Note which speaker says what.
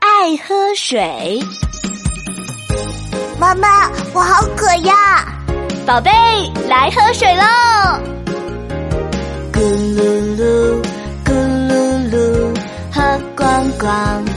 Speaker 1: 爱喝水。
Speaker 2: 妈妈，我好渴呀！
Speaker 1: 宝贝，来喝水喽！
Speaker 3: 咕噜噜，咕噜噜，喝光光。
Speaker 2: 啊
Speaker 1: 哦